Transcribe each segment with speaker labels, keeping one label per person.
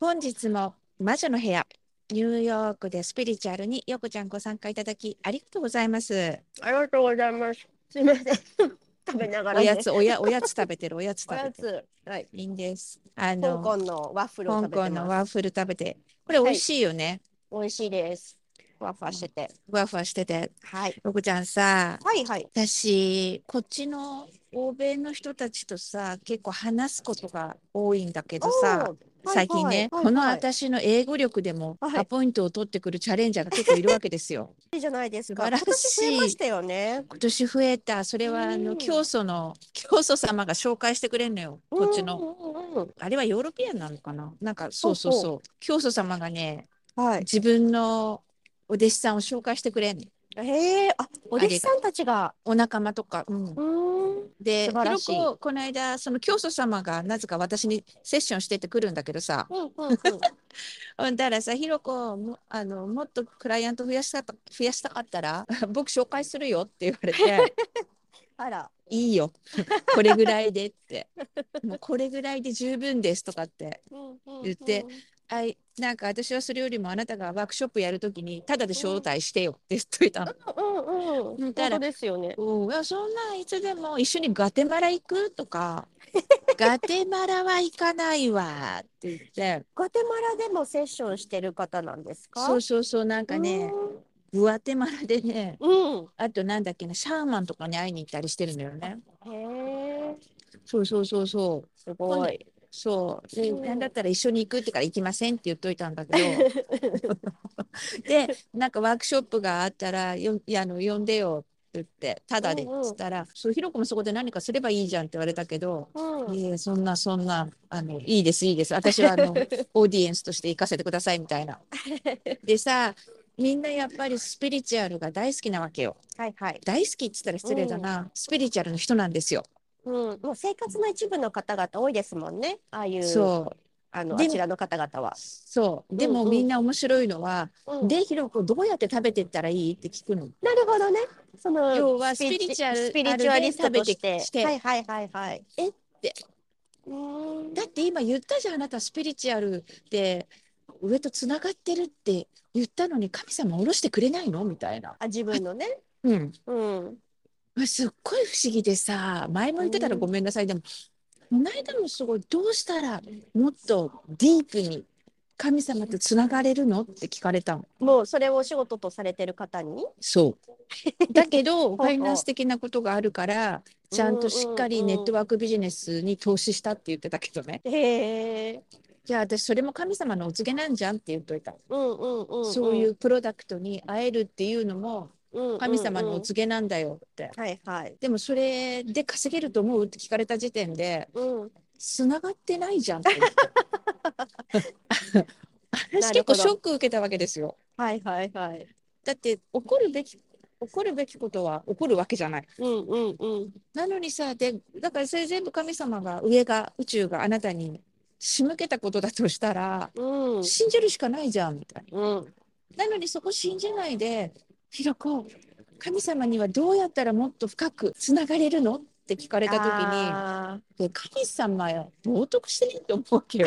Speaker 1: 本日も魔女の部屋、ニューヨークでスピリチュアルによくちゃんご参加いただきありがとうございます。
Speaker 2: ありがとうございます。すみません。 食べながら、
Speaker 1: お
Speaker 2: ね。
Speaker 1: やつ、おや、おやつ食べてる、おやつ食
Speaker 2: おや
Speaker 1: べてる。
Speaker 2: つ。はい。
Speaker 1: いいんです。あ
Speaker 2: 香
Speaker 1: の、
Speaker 2: 港のワッフルを
Speaker 1: 香
Speaker 2: 食べて
Speaker 1: 港の
Speaker 2: ま
Speaker 1: ワッフル食べて、これ美味しいよね。
Speaker 2: す。美味しいです。ふわふわしてて。
Speaker 1: ふわふわしてて。
Speaker 2: はい。
Speaker 1: よくちゃんさ、
Speaker 2: はいはい。
Speaker 1: 私、こっちの欧米の人たちとさ、結構話すことが多いんだけどさ、
Speaker 2: おー
Speaker 1: 最近ね、
Speaker 2: はいはい
Speaker 1: この
Speaker 2: はいはい
Speaker 1: 私の英語力でも
Speaker 2: はい
Speaker 1: アポイントを取ってくるチャレンジャーが結構いるわけですよ。
Speaker 2: いいじゃないです
Speaker 1: 素
Speaker 2: か。
Speaker 1: 晴らしい
Speaker 2: 今年増えましたよね。
Speaker 1: 今年増えた、それはあ
Speaker 2: う
Speaker 1: の
Speaker 2: ん
Speaker 1: 教祖の教祖様が紹介してくれるのよ、こっちの。
Speaker 2: うんうんうん
Speaker 1: あれはヨーロピアンなのかななんかそうそう
Speaker 2: ほ
Speaker 1: そう。教祖様がね、
Speaker 2: うん。はい。
Speaker 1: 自分のお弟子さんを紹介してくれんの
Speaker 2: へえ。あ、お弟子さんたちが。
Speaker 1: お仲間とか。うん
Speaker 2: う、ーん。
Speaker 1: で、
Speaker 2: 素晴らしい
Speaker 1: 広子この間、その教祖様がなぜか私にセッションしてってくるんだけどさ、
Speaker 2: うんうんうん。
Speaker 1: うん、だからさ、ひろこ、もあの、もっとクライアント増やしたか、増やしたかったら、 僕紹介するよって言われて、
Speaker 2: あら。
Speaker 1: いいよ、 これぐらいでって、もうこれぐらいで十分ですとかって、
Speaker 2: うんうんうん
Speaker 1: 言って。あい、なんか私はそれよりもあなたがワークショップやるときに、ただで招待してよって言っといたの。
Speaker 2: うんうんうん。
Speaker 1: だ
Speaker 2: 本
Speaker 1: から
Speaker 2: 当ですよね。
Speaker 1: うん、いやそんなんいつでも一緒にガテマラ行くとか、 ガテマラは行かないわって言って、
Speaker 2: ガテマラでもセッションしてる方なんですか。
Speaker 1: そうそうそう、なんかね、グアテマラでね、
Speaker 2: うん。
Speaker 1: あとなんだっけな、シャーマンとかに会いに行ったりしてるのよね。
Speaker 2: うん。へえ。
Speaker 1: そうそうそうそう。
Speaker 2: すごい。
Speaker 1: そう。で、
Speaker 2: うん
Speaker 1: なんだったら一緒に行くってから行きませんって言っといたんだけど、 で、なんかワークショップがあったら、よ、いや、あの、呼んでよって言って、ただでっ
Speaker 2: うんうん
Speaker 1: つったら、そう、ひろこもそこで何かすればいいじゃんって言われたけど、
Speaker 2: うん。
Speaker 1: いえ、そんな、そんな、あの、いいです、いいです。私は、あ の、オーディエンスとして行かせてください、みたいな。でさ、みんなやっぱりスピリチュアルが大好きなわけよ。
Speaker 2: はいはい。
Speaker 1: 大好きって言ったら失礼だな。スピリチュアルの人なんですよ。
Speaker 2: うん、もう生活の一部の方々多いですもんね。ああいう、
Speaker 1: そう、
Speaker 2: あの、
Speaker 1: で
Speaker 2: あちらの方々は。
Speaker 1: そう。で
Speaker 2: うん
Speaker 1: も
Speaker 2: うん
Speaker 1: みんな面白いのは、
Speaker 2: うん
Speaker 1: で、ひろこどうやって食べてったらいいって聞くの。
Speaker 2: なるほどね。その、
Speaker 1: 要は
Speaker 2: スピ
Speaker 1: スピリチュアル
Speaker 2: スピリチュアリストと
Speaker 1: あ
Speaker 2: し
Speaker 1: る
Speaker 2: て。
Speaker 1: で食べてして
Speaker 2: はいはいはいはい。
Speaker 1: えって。
Speaker 2: うーん。
Speaker 1: だって今言ったじゃん、あなたスピリチュアルで上とつながってるって言ったのに神様下ろしてくれないのみたいな。
Speaker 2: あ、自分のね。
Speaker 1: うん。
Speaker 2: うん。
Speaker 1: すっごい不思議でさ、前も言ってたらごめんなさい。でも、この間もすごい、どうしたらもっとディープに神様とつながれるのって聞かれたの。
Speaker 2: もうそれをお仕事とされてる方に。
Speaker 1: そう。 だけど、
Speaker 2: う
Speaker 1: ファイナンス的なことがあるから、ちゃんとしっかりネットワークビジネスに投資したって言ってたけどね。
Speaker 2: へえ。
Speaker 1: じゃあ私それも神様のお告げなんじゃんって言っといた。
Speaker 2: うんうんうんん。
Speaker 1: そういうプロダクトに会えるっていうのも
Speaker 2: うんうんうん
Speaker 1: 神様のお告げなんだよって。
Speaker 2: はいはい。
Speaker 1: でもそれで稼げると思うって聞かれた時点で、
Speaker 2: うん。
Speaker 1: つながってないじゃんって思って私
Speaker 2: なる
Speaker 1: 結構
Speaker 2: ほど
Speaker 1: ショック受けたわけですよ
Speaker 2: はいはいはい。
Speaker 1: だって怒るべき怒るべきことは怒るわけじゃない
Speaker 2: うんうんうん。
Speaker 1: なのにさでだからそれ全部神様が上が宇宙があなたに仕向けたことだとしたら
Speaker 2: うん。
Speaker 1: 信じるしかないじゃんみたい
Speaker 2: うん。
Speaker 1: ななのにそこ信じないで「ひろこ神様にはどうやったらもっと深くつながれるの?」って聞かれた時に
Speaker 2: あ
Speaker 1: で神様よ冒涜してねって思うわ けよ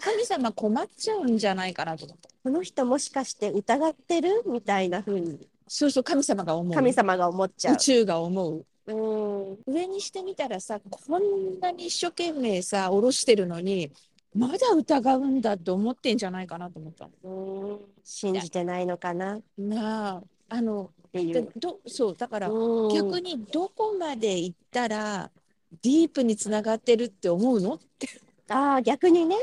Speaker 1: 神様困っちゃうんじゃないかなと思った
Speaker 2: ーこの人もしかして疑ってるみたいな風に。
Speaker 1: そうそう神様が思う
Speaker 2: 神様が思っちゃう
Speaker 1: 宇。宙が思う
Speaker 2: うん、
Speaker 1: 上にしてみたらさこんなに一生懸命さ下ろしてるのにまだ疑うんだって思ってんじゃないかなと思った
Speaker 2: うん、信じてないのかなっ
Speaker 1: なああの
Speaker 2: てい
Speaker 1: で
Speaker 2: う。
Speaker 1: どそうだから
Speaker 2: うん、
Speaker 1: 逆にどこまで行ったらディープにつながってるって思うのって、
Speaker 2: ああ逆にね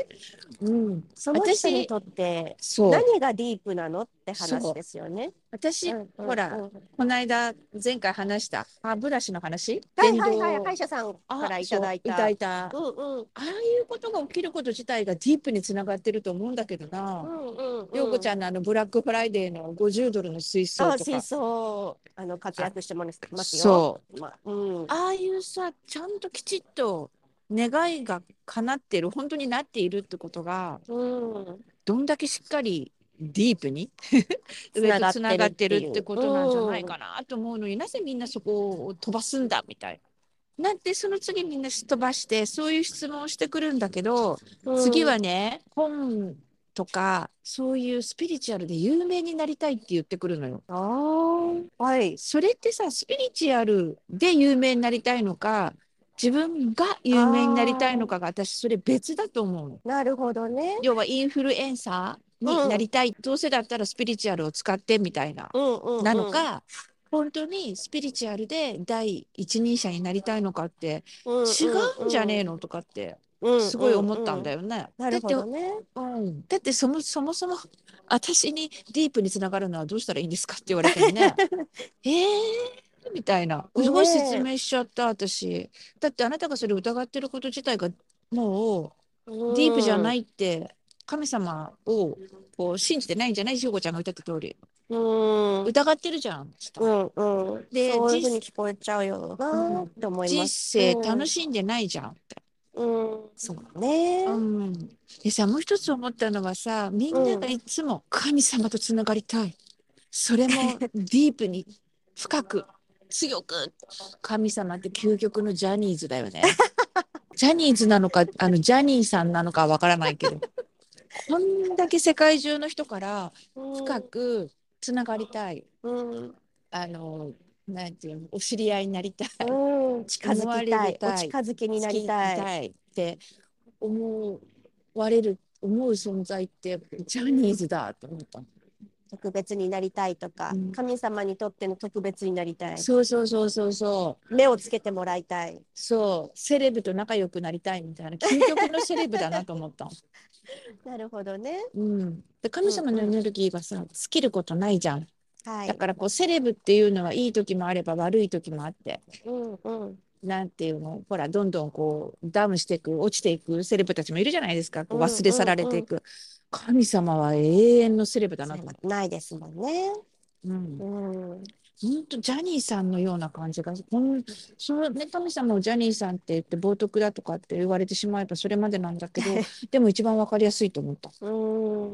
Speaker 1: うん、
Speaker 2: その人
Speaker 1: 私
Speaker 2: にとって
Speaker 1: そう
Speaker 2: 何がディープなのって
Speaker 1: そう
Speaker 2: 話ですよね。
Speaker 1: 私、
Speaker 2: うんうん
Speaker 1: ほら
Speaker 2: うん
Speaker 1: この間前回話した歯ブラシの話
Speaker 2: はいはいはい
Speaker 1: 電動
Speaker 2: 歯医者さん
Speaker 1: あ
Speaker 2: からいただい
Speaker 1: そう
Speaker 2: た。
Speaker 1: いただいた
Speaker 2: うんうん
Speaker 1: ああいうことが起きること自体がディープにつながってると思うんだけど
Speaker 2: う
Speaker 1: な、
Speaker 2: んうんうん。
Speaker 1: ようこちゃ
Speaker 2: ん。
Speaker 1: んのあのブラックフライデーの50ドルの水槽
Speaker 2: あ
Speaker 1: と
Speaker 2: 水
Speaker 1: か
Speaker 2: 槽あの活躍してますますよ。
Speaker 1: そう
Speaker 2: う。まあ、うん。
Speaker 1: ああいうさちゃんときちっと願いが叶ってる本当になっているってことが
Speaker 2: うん。
Speaker 1: どんだけしっかりディープ に
Speaker 2: つ
Speaker 1: 上
Speaker 2: な
Speaker 1: と
Speaker 2: がって
Speaker 1: つ
Speaker 2: る
Speaker 1: ながってるってことなんじゃ
Speaker 2: っていう
Speaker 1: ないかなと思うのになぜみんなそこを飛ばすんだみたいな。なんてその次みんなすっ飛ばしてそういう質問をしてくるんだけど、
Speaker 2: うん
Speaker 1: 次はね本とかそういうスピリチュアルで有名になりたいって言ってくるのよ。
Speaker 2: あーはい
Speaker 1: それってさスピリチュアルで有名になりたいのか自分が有名になりたいのかが私それ別だと思うの。
Speaker 2: なるほどね
Speaker 1: 要はインフルエンサーになりたい、どうせだったらスピリチュアルを使ってみたいな、
Speaker 2: うんうん、うん、
Speaker 1: なのか本当にスピリチュアルで第一人者になりたいのかって
Speaker 2: うん、
Speaker 1: 違うんじゃねえのとかって
Speaker 2: の
Speaker 1: すごい思ったんだ
Speaker 2: よ、
Speaker 1: よね。
Speaker 2: なるほどね、
Speaker 1: だって,、うん、だってそもそもそも私にディープにつながるのはどうしたらいいんですかって言われてもねえーみたいなすごい説明しちゃった私だってあなたがそれ疑ってること自体がもうディープじゃないいって神様をこう信じてないんじゃないしほこちゃんが言った通り
Speaker 2: うんうん
Speaker 1: 疑ってるじゃんつった
Speaker 2: うん、
Speaker 1: で
Speaker 2: そういうふう
Speaker 1: 人
Speaker 2: に聞こえちゃうよなって思いま
Speaker 1: 人
Speaker 2: す、
Speaker 1: 生楽しんでないじゃんって。
Speaker 2: うん、
Speaker 1: そう
Speaker 2: ねえ、
Speaker 1: うん、でさもう一つ思ったのはさみんながいつも神様とつながりたい、それもディープに深く強く神様って究極のジャニーズだよねジャニーズなのかあのジャニーさんなのかわからないけどこんだけ世界中の人から深くつながりたい
Speaker 2: うん、
Speaker 1: あのなんていうのお知り合いになりたい
Speaker 2: うん、近
Speaker 1: 思わ
Speaker 2: づ
Speaker 1: れ
Speaker 2: きた
Speaker 1: る
Speaker 2: い、お近づきになり
Speaker 1: 好きにな
Speaker 2: たい。
Speaker 1: りたいって思われる思う存在ってジャニーズだと思ったの
Speaker 2: 特別になりたいとか、
Speaker 1: うん
Speaker 2: 神様にとっての特別になりたい。
Speaker 1: そうそうそうそうそう
Speaker 2: 目をつけてもらいたい。
Speaker 1: そうセレブと仲良くなりたいみたいな究極のセレブだなと思ったの、
Speaker 2: なるほどね。
Speaker 1: うん、で神様のエネルギーがさ尽きることないじゃんだ
Speaker 2: はい。
Speaker 1: からこうセレブっていうのはいい時もあれば悪い時もあって
Speaker 2: うんうん。
Speaker 1: なんていうのほらどんどんこうダウンしていく落ちていくセレブたちもいるじゃないですかこう忘れ去られていく、神様は永遠のセレブだなと思って
Speaker 2: ないですもんね。
Speaker 1: うん
Speaker 2: うん。
Speaker 1: 本当ジャニーさんのような感じがこんその、ね、神様をジャニーさんって言って冒涜だとかって言われてしまえばそれまでなんだけ どでも一番わかりやすいと思った。
Speaker 2: う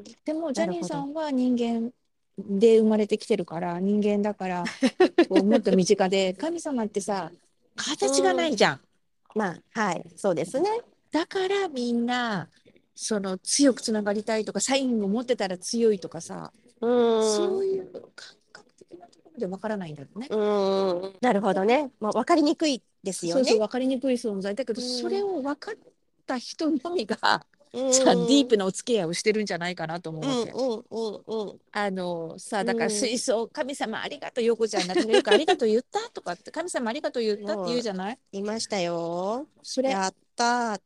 Speaker 2: ん。
Speaker 1: でもジャニーさんは人間で生まれてきてるから人間だから こうもっと身近で神様ってさ形がないじゃん。
Speaker 2: まあ、はい、そうですね。
Speaker 1: だからみんなその強くつながりたいとかサインを持ってたら強いとかさ、
Speaker 2: う
Speaker 1: そ
Speaker 2: ん
Speaker 1: う。いう感覚的なところでわからないんだろうね。
Speaker 2: うん。なるほどね。まあ、わかりにくいですよ
Speaker 1: そうそう
Speaker 2: ね。
Speaker 1: 分かりにくい存在だけど、
Speaker 2: うん
Speaker 1: それを分かった人のみが、
Speaker 2: うん
Speaker 1: さディープなお付き合いをしてるんじゃないかなと思う
Speaker 2: う
Speaker 1: わ
Speaker 2: ん
Speaker 1: け、
Speaker 2: うんうんうん。
Speaker 1: あのさだか
Speaker 2: う
Speaker 1: ら
Speaker 2: ん
Speaker 1: 水槽、神様ありがとう陽子ちゃんナタリアくんありがとう言ったとかって神様ありがとう言ったって言うじゃない
Speaker 2: いましたよ。
Speaker 1: それ
Speaker 2: やったー。あ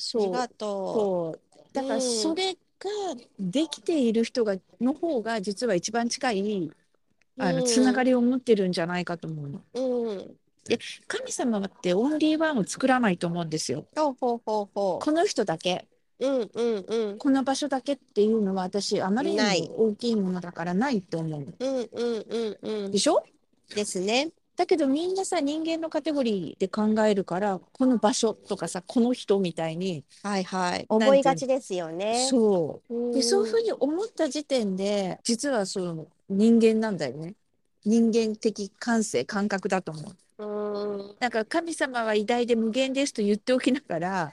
Speaker 1: そ
Speaker 2: り
Speaker 1: う
Speaker 2: がと
Speaker 1: そうだか
Speaker 2: う
Speaker 1: ら
Speaker 2: ん
Speaker 1: それができている人がの方が実は一番近い。あ
Speaker 2: う
Speaker 1: の
Speaker 2: ん
Speaker 1: つながりを持ってるんじゃないかと思うの
Speaker 2: う。うん。
Speaker 1: 神様ってオンリーワンを作らないと思うんですよ
Speaker 2: ほうほうほうほ
Speaker 1: この人だけ
Speaker 2: う。うんうんうん。
Speaker 1: この場所だけっていうのは私あまりに
Speaker 2: ない
Speaker 1: も大きいものだからないと思う
Speaker 2: うんうんうんうん
Speaker 1: で。しょ
Speaker 2: ですね。
Speaker 1: だけどみんなさ人間のカテゴリーで考えるからこの場所とかさこの人みたいに、
Speaker 2: はい
Speaker 1: な
Speaker 2: はい。
Speaker 1: んていうの
Speaker 2: 思いがちですよね。
Speaker 1: そううんでそういうふうに思った時点で実はその人間なんだよね人間的感性感覚だと思う
Speaker 2: うん
Speaker 1: だから神様は偉大で無限ですと言っておきなが ら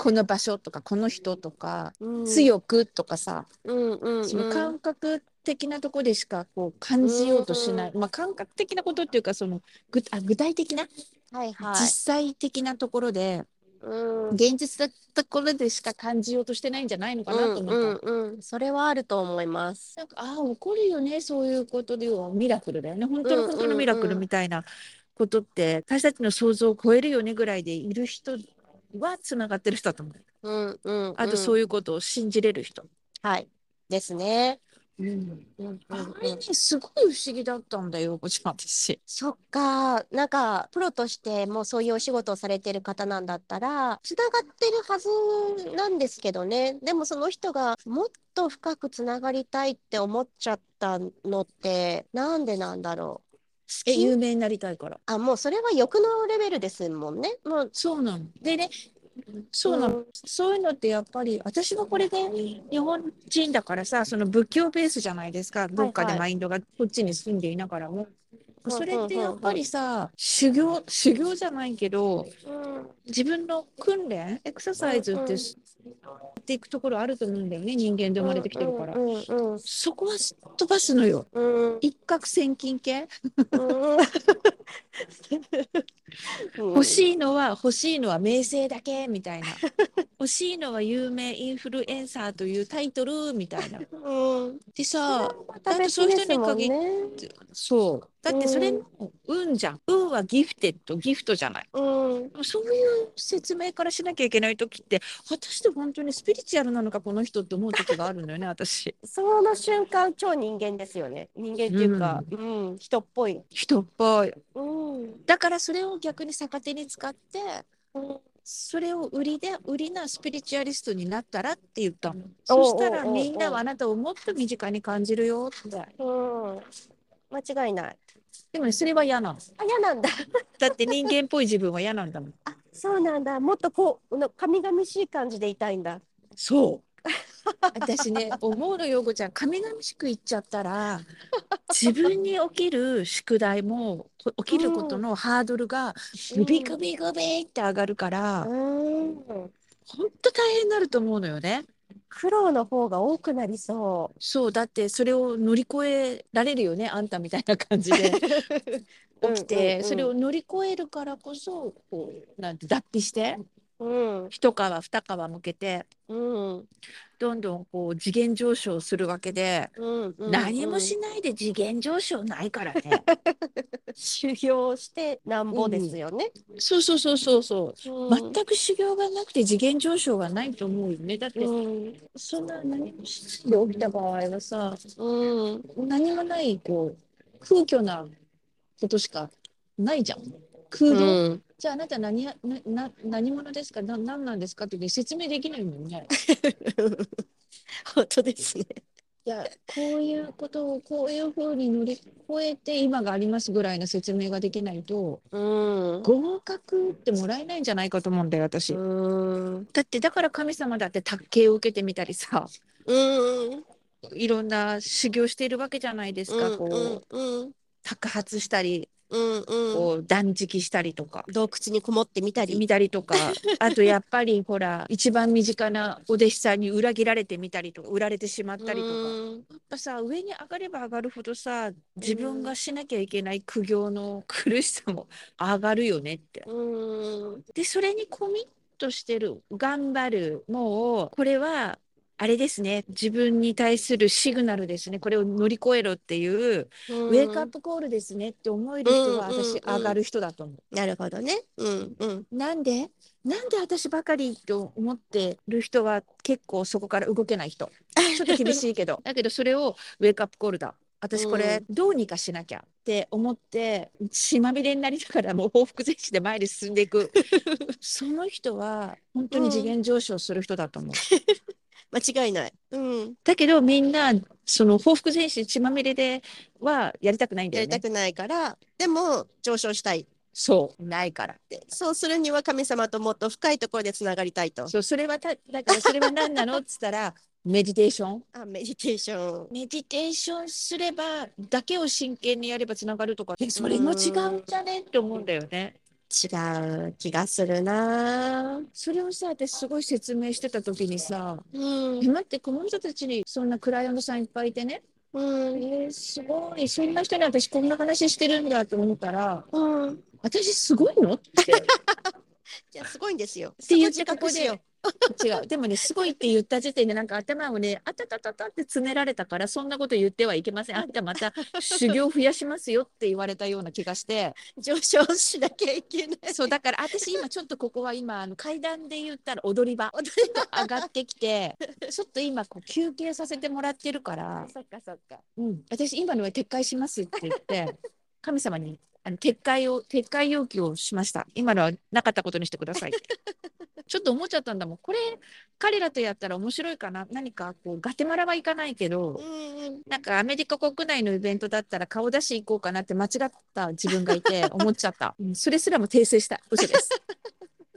Speaker 1: この場所とかこの人とか
Speaker 2: うん。
Speaker 1: 強くとかさ
Speaker 2: うんうんうん。
Speaker 1: その感覚的なとこでしかこう感じようとしない、まあ、感覚的なことっていうかその具あ具体的な、
Speaker 2: はいは
Speaker 1: 実
Speaker 2: い。
Speaker 1: 際的なところで
Speaker 2: うん。
Speaker 1: 現実のところでしか感じようとしてないんじゃないのかなと思った。
Speaker 2: うんうんうん。それはあると思います。
Speaker 1: なんかああ怒るよねそういうことではミラクルだよね本当の
Speaker 2: うんうんうん
Speaker 1: 本当のミラクルみたいなことって、私たちの想像を超えるよねぐらいでいる人はつながってる人だと思う
Speaker 2: うんうん。
Speaker 1: あとそう
Speaker 2: い
Speaker 1: いうことを信じれる人。
Speaker 2: うん。はい。ですね。
Speaker 1: うん
Speaker 2: うんうん
Speaker 1: あ
Speaker 2: う
Speaker 1: れ
Speaker 2: ん
Speaker 1: ね、すごい不思議だったんだよ、こちら私。
Speaker 2: そっか、なんかプロとしてもうそういうお仕事をされてる方なんだったら、つながってるはずなんですけどね。でもその人がもっと深くつながりたいって思っちゃったのって、なんでなんだろう。好
Speaker 1: え、
Speaker 2: き
Speaker 1: 有名になりたいから。
Speaker 2: あ、もうそれは欲のレベルですもんね。もう、
Speaker 1: そうなの。でね、そうなの。
Speaker 2: ん
Speaker 1: そういうのってやっぱり、私はこれで日本人だからさ、その仏教ベースじゃないですか。どっか
Speaker 2: は
Speaker 1: で
Speaker 2: いは
Speaker 1: マインドがこっちに住んでいながらも。
Speaker 2: うん
Speaker 1: それってやっぱりさ、修行、修行じゃないけど、
Speaker 2: うん
Speaker 1: 自分の訓練、エクササイズっ
Speaker 2: うんう
Speaker 1: て
Speaker 2: ん
Speaker 1: しっていくところあると思うんだよね、人間で生まれてきてるから
Speaker 2: う。んうん
Speaker 1: そこはすっ飛ばすのよ。
Speaker 2: うん
Speaker 1: 一攫千金系。
Speaker 2: うん
Speaker 1: 欲しいのは、欲しいのは名声だけ、みたいな。欲しいのは有名インフルエンサーというタイトル、みたいな。
Speaker 2: うん
Speaker 1: でさ、
Speaker 2: だってそういう人に限
Speaker 1: だ
Speaker 2: って、
Speaker 1: そう。だってそれも運じゃん。運はギフテッド、ギフトじゃない。
Speaker 2: うん、
Speaker 1: そういう説明からしなきゃいけない時って果たして本当にスピリチュアルなのかこの人って思う時があるのよね私
Speaker 2: その瞬間超人間ですよね人間っていうか、うん人っぽい、
Speaker 1: 人っぽい
Speaker 2: うん
Speaker 1: だからそれを逆に逆手に使って
Speaker 2: うん
Speaker 1: それを売りで売りなスピリチュアリストになったらって言ったの
Speaker 2: おうおう
Speaker 1: そしたら
Speaker 2: おうおう
Speaker 1: みんなはあなたをもっと身近に感じるよって
Speaker 2: 間違いない
Speaker 1: でもねそれは嫌なの
Speaker 2: あ嫌なんだ
Speaker 1: だって人間っぽい自分は嫌なんだもん
Speaker 2: あそうなんだもっとこうの神々しい感じでいたいんだ
Speaker 1: そう私ね思うのようこちゃん神々しく言っちゃったら 自分に起きる宿題もこ起きることのハードルがグビグビグビって上がるから、
Speaker 2: うん
Speaker 1: ほんと大変になると思うのよね。
Speaker 2: 苦労の方が多くなりそ
Speaker 1: そうだってそれを乗り越えられるよねあんたみたいな感じ で
Speaker 2: う
Speaker 1: 起きて、それを乗り越えるからこそこうなんて脱皮して
Speaker 2: うん
Speaker 1: 一皮二皮向けて
Speaker 2: うん
Speaker 1: どんどんこう次元上昇するわけで、
Speaker 2: うんうん
Speaker 1: 何もしないで次元上昇ないからね。
Speaker 2: 修行してなんぼですよね、
Speaker 1: そうそうそうそうそう。
Speaker 2: うん
Speaker 1: 全く修行がなくて次元上昇がないと思うよね。だって、
Speaker 2: うん
Speaker 1: そんな何もしないで起きた場合はさ、
Speaker 2: うん
Speaker 1: 何もない、こう、空虚なことしかないじゃん。空洞。
Speaker 2: うん
Speaker 1: じゃああなた何やなな何者ですかな何なんですかって説明できないもんね。
Speaker 2: 本当ですね
Speaker 1: いや、こういうことをこういうふうに乗り越えて今がありますぐらいの説明ができないと、
Speaker 2: うん
Speaker 1: 合格ってもらえないんじゃないかと思うんだよ私、
Speaker 2: うん
Speaker 1: だってだから神様だって卓球を受けてみたりさ
Speaker 2: うん
Speaker 1: いろんな修行しているわけじゃないですか、こう
Speaker 2: うん
Speaker 1: 托発したり
Speaker 2: うんうん
Speaker 1: こう断食したりとか。
Speaker 2: 洞窟にこもってみたり
Speaker 1: 見たりとかあとやっぱりほら一番身近なお弟子さんに裏切られてみたりとか売られてしまったりとかやっぱさ上に上がれば上がるほどさ自分がしなきゃいけない苦行の 苦しさも上がるよねって
Speaker 2: うん
Speaker 1: でそれにコミットしてる頑張るもうこれはあれですね自分に対するシグナルですねこれを乗り越えろっていう、
Speaker 2: ウ
Speaker 1: ウェイクアップコールですねって思える人は
Speaker 2: うんうんうん
Speaker 1: 私上がる人だと思う。
Speaker 2: なるほどねうんうん
Speaker 1: なんでなんで私ばかりと思ってる人は結構そこから動けない人ちょっと厳しいけど だけどそれをウェイクアップコールだ私これどうにかしなきゃって思って血まみれになりながら もう報復前進で前に進んでい くその人は本当に次元上昇する人だと思う、
Speaker 2: 間違いないうん
Speaker 1: だけどみんなその報復前進血まみれではやりたくないんだ
Speaker 2: や
Speaker 1: よ
Speaker 2: りた
Speaker 1: ね
Speaker 2: くないからでも上昇したいっ
Speaker 1: そうないから
Speaker 2: てそうするには神様ともっと深いところでつながりたいと
Speaker 1: そうそれはただからそれは何なの っつったらメディテーション
Speaker 2: あメディテーション
Speaker 1: メディテーションすればだけを真剣にやればつながるとかえそれも違うんじゃねって思うんだよね。
Speaker 2: 違う気がするな
Speaker 1: それをさ私すごい説明してた時にさ
Speaker 2: う
Speaker 1: え待ってこの人たちにそんなクライアントさんいっぱいいてね、
Speaker 2: う
Speaker 1: えーすごいそんな人に私こんな話してるんだと思ったら
Speaker 2: うん
Speaker 1: 私すごいの って。
Speaker 2: いやすごいんですよ。
Speaker 1: って言っ
Speaker 2: す
Speaker 1: て
Speaker 2: ご
Speaker 1: ここ
Speaker 2: い自覚し
Speaker 1: で
Speaker 2: よ
Speaker 1: 違うでもねすごいって言った時点でなんか頭をねあたたたたって詰められたからそんなこと言ってはいけませんあんたまた修行増やしますよって言われたような気がして
Speaker 2: う上昇しなきゃいけない。
Speaker 1: そうだから私今ちょっとここは今あの階段で言ったら踊り場ちょっと上がってき てちょっと今こう休憩させてもらってるから、
Speaker 2: そっかそっか。
Speaker 1: うん、私今のは撤回しますって言 って神様にあの撤回を撤回要求をしました今のはなかったことにしてください ってちょっと思っちゃったんだもんこれ彼らとやったら面白いかな何かこうガテマラはいかないけど。
Speaker 2: うん
Speaker 1: なんかアメリカ国内のイベントだったら顔出し行こう かなって間違った自分がいて思っちゃった。うんそれすらも訂正した。嘘です。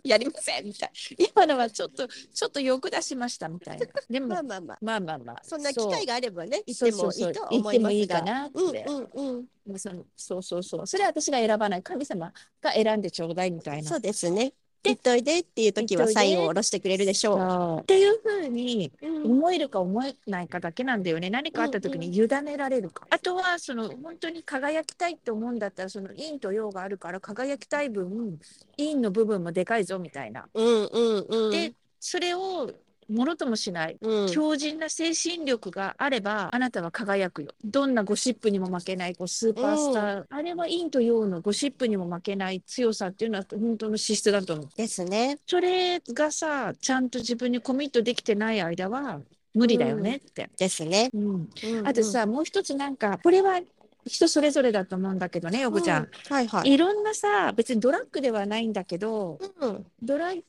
Speaker 2: やりません。
Speaker 1: みたい今のはちょっとちょっと欲出しましたみたいなでも
Speaker 2: まあまあまあ。
Speaker 1: まあまあまあ
Speaker 2: そんな機会があればね、行っ
Speaker 1: そう
Speaker 2: てもいいと思い
Speaker 1: 行
Speaker 2: ますが。
Speaker 1: ってもいいかなって、
Speaker 2: うんうん
Speaker 1: もうそのそうそうそうそれは私が選ばない神様が選んでちょうだいみた
Speaker 2: う
Speaker 1: い
Speaker 2: ん。
Speaker 1: な
Speaker 2: そうですね。で、行っといでっていう時は
Speaker 1: 行っと
Speaker 2: サ
Speaker 1: いで
Speaker 2: インを下ろしてくれるでしょう。
Speaker 1: そうっていうふうに
Speaker 2: うん
Speaker 1: 思えるか思えないかだけなんだよね何かあった時に委ねられるか、あとはその本当に輝きたいって思うんだったらその陰と陽があるから輝きたい分陰の部分もでかいぞみたいな、
Speaker 2: うんうんうん。
Speaker 1: で、それをものともしない
Speaker 2: うん、
Speaker 1: 強靭な精神力があればあなたは輝くよどんなゴシップにも負けないこうスーパースター、あれは陰と陽のゴシップにも負けない強さっていうのは本当の資質だと思う
Speaker 2: ですね。
Speaker 1: それがさちゃんと自分にコミットできてない間は無理だよねって、
Speaker 2: ですね。
Speaker 1: うん
Speaker 2: うんうん
Speaker 1: あと、さもう一つなんかこれは人それぞれだと思うんだけどねよ
Speaker 2: う
Speaker 1: こちゃん、
Speaker 2: はいはい。
Speaker 1: いろんなさ別にドラッグではないんだけど
Speaker 2: うん。
Speaker 1: ドラッグ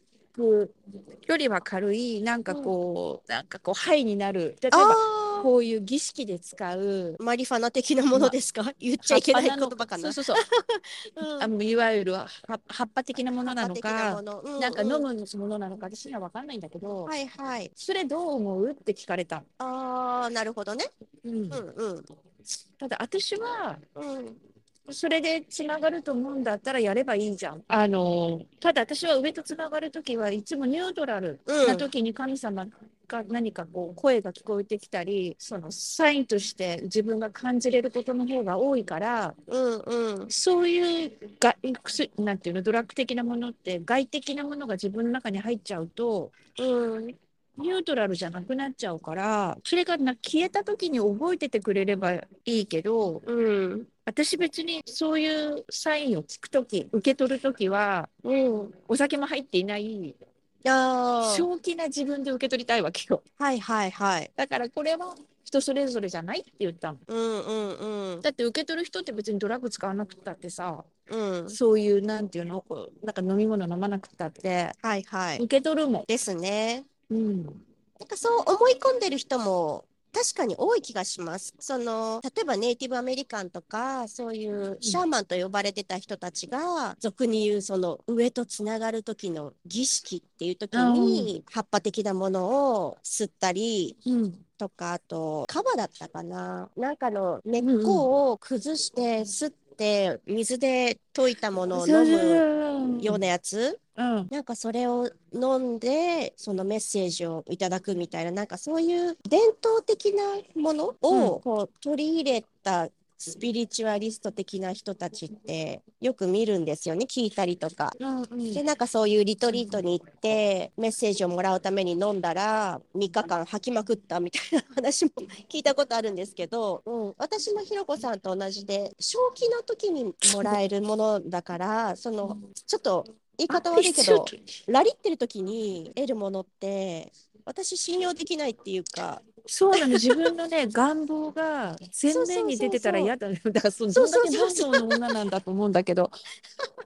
Speaker 1: よりは軽いなんかこう、なんかこうハイになる例えば
Speaker 2: あ
Speaker 1: こういう儀式で使う。
Speaker 2: あ、マリファナ的なものですか言っちゃいけない言葉か
Speaker 1: そ
Speaker 2: な
Speaker 1: う。そうそう、あのいわゆるは葉っぱ的なものなのか、なんか飲むものなのか、私には分かんないんだけど、
Speaker 2: はいはい。
Speaker 1: それどう思うって聞かれた。
Speaker 2: ああ、なるほどね。
Speaker 1: うん
Speaker 2: うんうん。
Speaker 1: ただ私は、
Speaker 2: うん。
Speaker 1: それでつながると思うんだったらやればいいじゃん。あの、ただ私は上とつながるときはいつもニュートラル
Speaker 2: うん
Speaker 1: なときに神様が何かこう声が聞こえてきたり、そのサインとして自分が感じれることの方が多いから、
Speaker 2: うんうん。
Speaker 1: そういうが薬なんていうのドラッグ的なものって外的なものが自分の中に入っちゃうと
Speaker 2: うん。
Speaker 1: ニュートラルじゃなくなっちゃうからそれがな消えた時に覚えててくれればいいけど
Speaker 2: うん。
Speaker 1: 私別にそういうサインを聞く時受け取る時は
Speaker 2: うん。
Speaker 1: お酒も入っていない
Speaker 2: ああ。
Speaker 1: 正気な自分で受け取りたいわけよ
Speaker 2: はいはいはい。
Speaker 1: だからこれは人それぞれじゃないって言ったの
Speaker 2: うんうんうん。
Speaker 1: だって受け取る人って別にドラッグ使わなくたってさ
Speaker 2: うん。
Speaker 1: そういうなんていうのこうなんか飲み物飲まなくたって
Speaker 2: はいはい。
Speaker 1: 受け取るもん。
Speaker 2: ですね。
Speaker 1: うん。
Speaker 2: なんかそう思い込んでる人も確かに多い気がします。その例えばネイティブアメリカンとかそういうシャーマンと呼ばれてた人たちが俗に言うその上とつながる時の儀式っていう時に葉っぱ的なものを吸ったり
Speaker 1: うん。
Speaker 2: とかあとカバだったかななんかの根っこを崩して吸って水で溶いたものを飲む
Speaker 1: む
Speaker 2: ようなやつ
Speaker 1: うん。
Speaker 2: なんかそれを飲んでそのメッセージをいただくみたいななんかそういう伝統的なもの
Speaker 1: う
Speaker 2: を
Speaker 1: ん
Speaker 2: こう取り入れたスピリチュアリスト的な人たちってよく見るんですよね聞いたりとか。
Speaker 1: うん。うん
Speaker 2: でなんかそういうリトリートに行ってメッセージをもらうために飲んだら3日間吐きまくったみたいな話も聞いたことあるんですけど、うん、私もひろこさんと同じで正気の時にもらえるものだからそのちょっと言い方悪いけど。ラリってる時に得るものって私信用できないっていうか
Speaker 1: そうなの、自分のね、 願望が前面に出てたら嫌だね。 だから、そのどんだけ
Speaker 2: そう
Speaker 1: 男
Speaker 2: そ
Speaker 1: 性の女なんだと思うんだけど。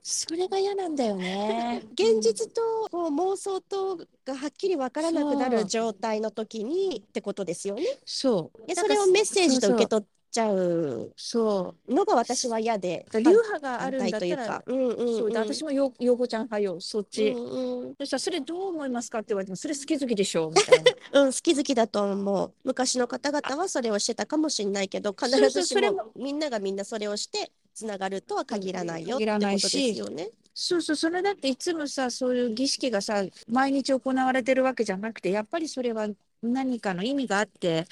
Speaker 1: それが嫌なんだよね。
Speaker 2: 現実とこう妄想とがはっきり分からなくな
Speaker 1: そ
Speaker 2: る
Speaker 1: う
Speaker 2: 状態の時にってことですよね。
Speaker 1: そう。
Speaker 2: で
Speaker 1: だ
Speaker 2: そ
Speaker 1: から
Speaker 2: れをメッセージ
Speaker 1: そ
Speaker 2: と
Speaker 1: うそう
Speaker 2: 受け取っちゃう
Speaker 1: そ
Speaker 2: のが私は嫌で
Speaker 1: う。だから流派があるんだっ
Speaker 2: とい
Speaker 1: た
Speaker 2: う
Speaker 1: ら
Speaker 2: か。。うんうんうん、
Speaker 1: そうだ私もよ、ようこちゃんはよ、そっち。
Speaker 2: うんうん
Speaker 1: そしたら、それどう思いますかって言われても、それ好き好きでし ょみたいな。
Speaker 2: うん、好き好きだと思う昔の方々はそれをしてたかもしれないけど必
Speaker 1: そうそ
Speaker 2: ず
Speaker 1: う
Speaker 2: し
Speaker 1: それ
Speaker 2: も
Speaker 1: も
Speaker 2: みんながみんなそれをしてつながるとは限らないよっ
Speaker 1: 限
Speaker 2: てこ
Speaker 1: ら
Speaker 2: と
Speaker 1: ない
Speaker 2: です
Speaker 1: し
Speaker 2: よね。
Speaker 1: そうそう、それだっていつもさ、そういう儀式がさ、毎日行われてるわけじゃなくて、やっぱりそれは何かの意味があって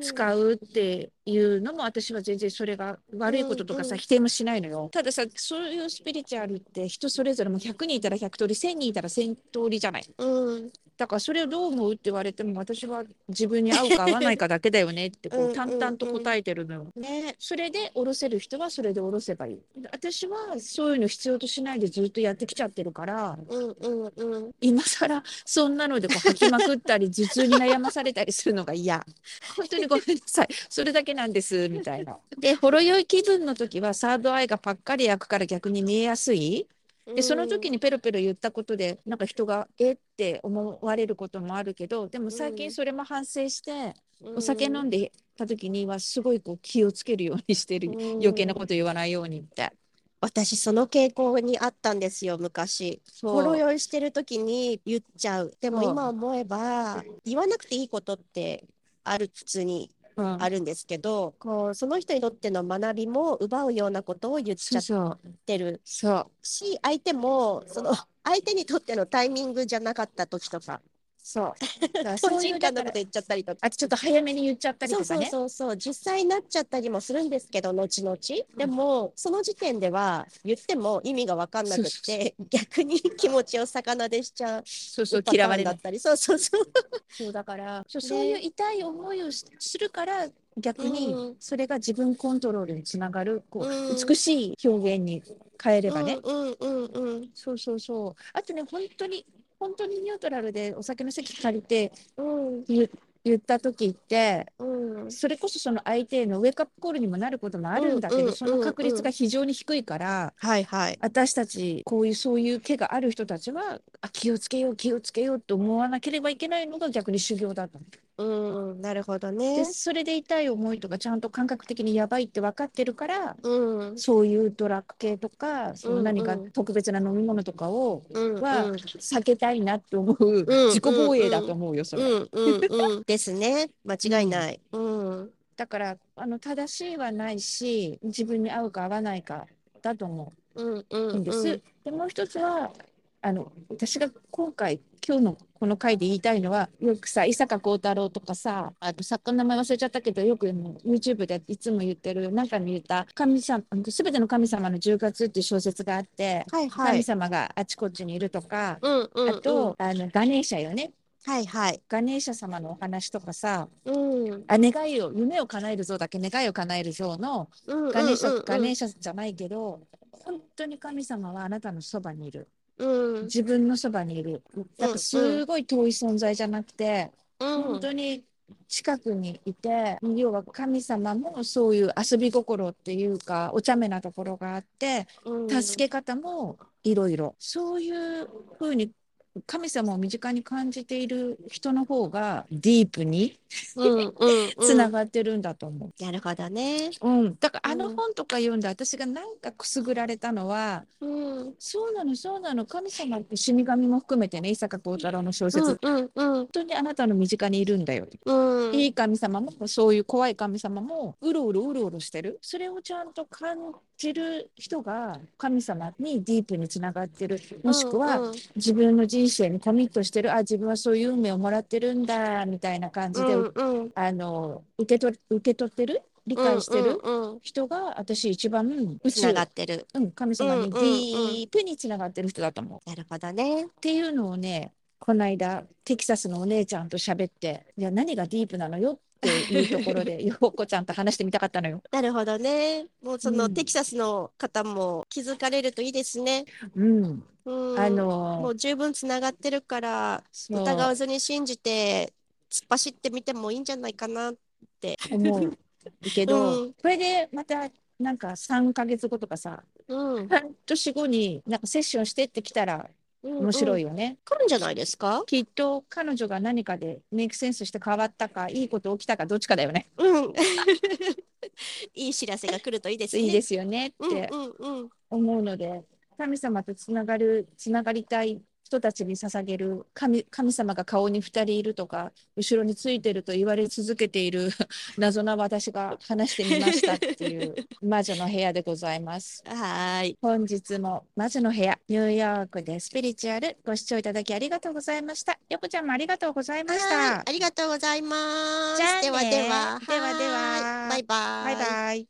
Speaker 1: 使うっていうのも、私は全然それが悪いこととか
Speaker 2: うんう
Speaker 1: さ、
Speaker 2: ん
Speaker 1: 否定もしないのよ。たださ、そういうスピリチュアルって人それぞれもう100人いたら100通り、1000人いたら1000通りじゃない。
Speaker 2: うんうん
Speaker 1: だからそれをどう思うって言われても、私は自分に合うか合わないかだけだよねって、
Speaker 2: うんうん
Speaker 1: こ
Speaker 2: うん
Speaker 1: う淡々と答えてるのよ。
Speaker 2: ね
Speaker 1: それで下ろせる人はそれで下ろせばいい。私はそういうの必要としないでずっとやってきちゃってるから、
Speaker 2: うんうんうん、
Speaker 1: 今更そんなのでこう吐きまくったり頭痛に悩まされたりするのが 嫌本当にごめんなさいそれだけなんですみたいな。 でほろ酔い気分の時はサードアイがパッカリ焼くから逆に見えやすいでその時
Speaker 2: に、
Speaker 1: にペロペロ言ったことでなんか人がえって思われることもあるけどでも最近それも反省してお酒飲んでた時にはすごいこう気をつけるようにしてる
Speaker 2: うん
Speaker 1: 余計なこと言わないようにって。
Speaker 2: 私その傾向にあったんですよ昔。ほろ酔いしてる時に言っちゃう。でも
Speaker 1: そう
Speaker 2: 今思えば言わなくていいことってある普通に
Speaker 1: うん
Speaker 2: あるんですけど、こうその人にとっての学びも奪うようなことを言っち
Speaker 1: そ
Speaker 2: ゃ
Speaker 1: う
Speaker 2: っ
Speaker 1: そう
Speaker 2: てる
Speaker 1: そう
Speaker 2: し相手もその相手にとってのタイミングじゃなかった時とか
Speaker 1: そう だから
Speaker 2: 個
Speaker 1: そうい
Speaker 2: 人
Speaker 1: う
Speaker 2: 間
Speaker 1: だから
Speaker 2: のこと言っちゃったりとか。
Speaker 1: あとちょっと早めに言っちゃったり
Speaker 2: そ
Speaker 1: と
Speaker 2: う
Speaker 1: か
Speaker 2: そう
Speaker 1: ね
Speaker 2: そうそう実際になっちゃったりもするんですけど後々でもその時点では言っても意味が分かんなくっ
Speaker 1: そうそう
Speaker 2: て逆に気持ちを逆なでしちゃう
Speaker 1: そうそう
Speaker 2: パタ
Speaker 1: 嫌
Speaker 2: ー
Speaker 1: わ
Speaker 2: ン
Speaker 1: れ
Speaker 2: だ
Speaker 1: る
Speaker 2: ったりそうそうそう
Speaker 1: そうだからそう
Speaker 2: ね
Speaker 1: そういう痛い思いをしするから逆
Speaker 2: う
Speaker 1: に
Speaker 2: ん
Speaker 1: それが自分コントロールにつながるこう
Speaker 2: うん
Speaker 1: 美しい表現に変えればね、
Speaker 2: うんうんうんうん
Speaker 1: そうそうそうあとね本当に本当にニュートラルでお酒の席借りて言言った時って
Speaker 2: うんうん
Speaker 1: それこそその相手へのウェイクアップコールにもなることもあるんだけど、
Speaker 2: うんうん
Speaker 1: その確率が非常に低いから。
Speaker 2: はいはい
Speaker 1: 私たちこういうそういう毛がある人たちはあ気をつけよう気をつけようと思わなければいけないのが逆に修行だと
Speaker 2: うんうんなるほど
Speaker 1: で
Speaker 2: ね
Speaker 1: それで痛い思いとかちゃんと感覚的にやばいって分かってるから
Speaker 2: うん
Speaker 1: そういうドラッグ系とかその何か
Speaker 2: うんうん
Speaker 1: 特別な飲み物とかを
Speaker 2: うん
Speaker 1: は
Speaker 2: うん
Speaker 1: 避けたいなって思う
Speaker 2: うん
Speaker 1: 自己防衛だと思うよそれ、
Speaker 2: うんうんうんですね間違いないうん
Speaker 1: だからあの正しいはないし自分に合うか合わないかだと思
Speaker 2: うんうん
Speaker 1: ういいんです、でもう一つはあの私が今回今日のこの回で言いたいのはよくさ伊坂幸太郎とかさあの作家の名前忘れちゃったけどよくあの YouTube でいつも言ってるなんかに言った「神様あの全ての神様の10月」っていう小説があって、
Speaker 2: はいはい
Speaker 1: 神様があちこちにいるとか、
Speaker 2: うんうんうん
Speaker 1: あとあのガネーシャよね
Speaker 2: はいはい
Speaker 1: ガネーシャ様のお話とかさ
Speaker 2: うん
Speaker 1: あ願いを夢を叶える像だけ願いを叶える像のガネーシャ、ガネーシャじゃないけど本当に神様はあなたのそばにいる
Speaker 2: うん
Speaker 1: 自分のそばにいるなんかすごい遠い存在じゃなくて、
Speaker 2: うん
Speaker 1: 本当に近くにいて要は神様もそういう遊び心っていうかお茶目なところがあって助け方もいろいろそういう風に神様を身近に感じている人の方がディープに
Speaker 2: うんうん
Speaker 1: つながってるんだと思う。
Speaker 2: なるほどね。
Speaker 1: うん、だからあ
Speaker 2: う
Speaker 1: の
Speaker 2: ん
Speaker 1: 本とか読んで私がなんかくすぐられたのは
Speaker 2: うん
Speaker 1: そうなのそうなの神様って死神も含めてね伊坂幸太郎の小説、本
Speaker 2: うんうん
Speaker 1: 当にあなたの身近にいるんだよ、
Speaker 2: うん
Speaker 1: いい神様もそういう怖い神様もうろうろうろうろしてるそれをちゃんと感じる人が神様にディープにつながってるもしくは
Speaker 2: うん
Speaker 1: 自分の人生にコミットしてるあ自分はそういう運命をもらってるんだみたいな感じで、
Speaker 2: うんうん
Speaker 1: あの受け取受け取ってる理解してる。
Speaker 2: うんうんうん
Speaker 1: 人が私一番宇
Speaker 2: つ
Speaker 1: 宙
Speaker 2: ながってる。
Speaker 1: うん、神様にディープにつながってる人だと思う。
Speaker 2: なるほどね。
Speaker 1: っていうのをねこの間テキサスのお姉ちゃんと喋っていや何がディープなのよっていうところ でようこちゃんと話してみたかったのよ。
Speaker 2: なるほどね。もうその、
Speaker 1: うん
Speaker 2: テキサスの方も気づかれるといいですね。
Speaker 1: うん、
Speaker 2: うん、
Speaker 1: あ
Speaker 2: も
Speaker 1: の
Speaker 2: う十分つながってるから
Speaker 1: そう
Speaker 2: 疑わずに信じて突っ走ってみてもいいんじゃないかな。
Speaker 1: 思うけど、
Speaker 2: うん
Speaker 1: これでまたなんか3ヶ月後とかさ
Speaker 2: うん、
Speaker 1: 半年後になんかセッションしてってきたら面白い。よね。
Speaker 2: 来るんじゃないですか。
Speaker 1: きっと彼女が何かでメイクセンスして変わったかいいこと起きたかどっちかだよね。
Speaker 2: うん。 いい知らせが来るといいですね。
Speaker 1: いいですよねって。
Speaker 2: うんうんうん。
Speaker 1: 思うので神様とつながるつながりたい人たちに捧げる神神様が顔に2人いるとか後ろについてると言われ続けている 謎な私が話してみましたっていう 魔女の部屋でございます。
Speaker 2: はーい。
Speaker 1: 本日も魔女の部屋ニューヨークでスピリチュアルご視聴いただきありがとうございました。よこちゃんもありがとうございまし
Speaker 2: はーい
Speaker 1: た。
Speaker 2: ありがとうございます。
Speaker 1: じゃあね
Speaker 2: ではでは。
Speaker 1: ではでは
Speaker 2: ーいバイバ
Speaker 1: バイバイ。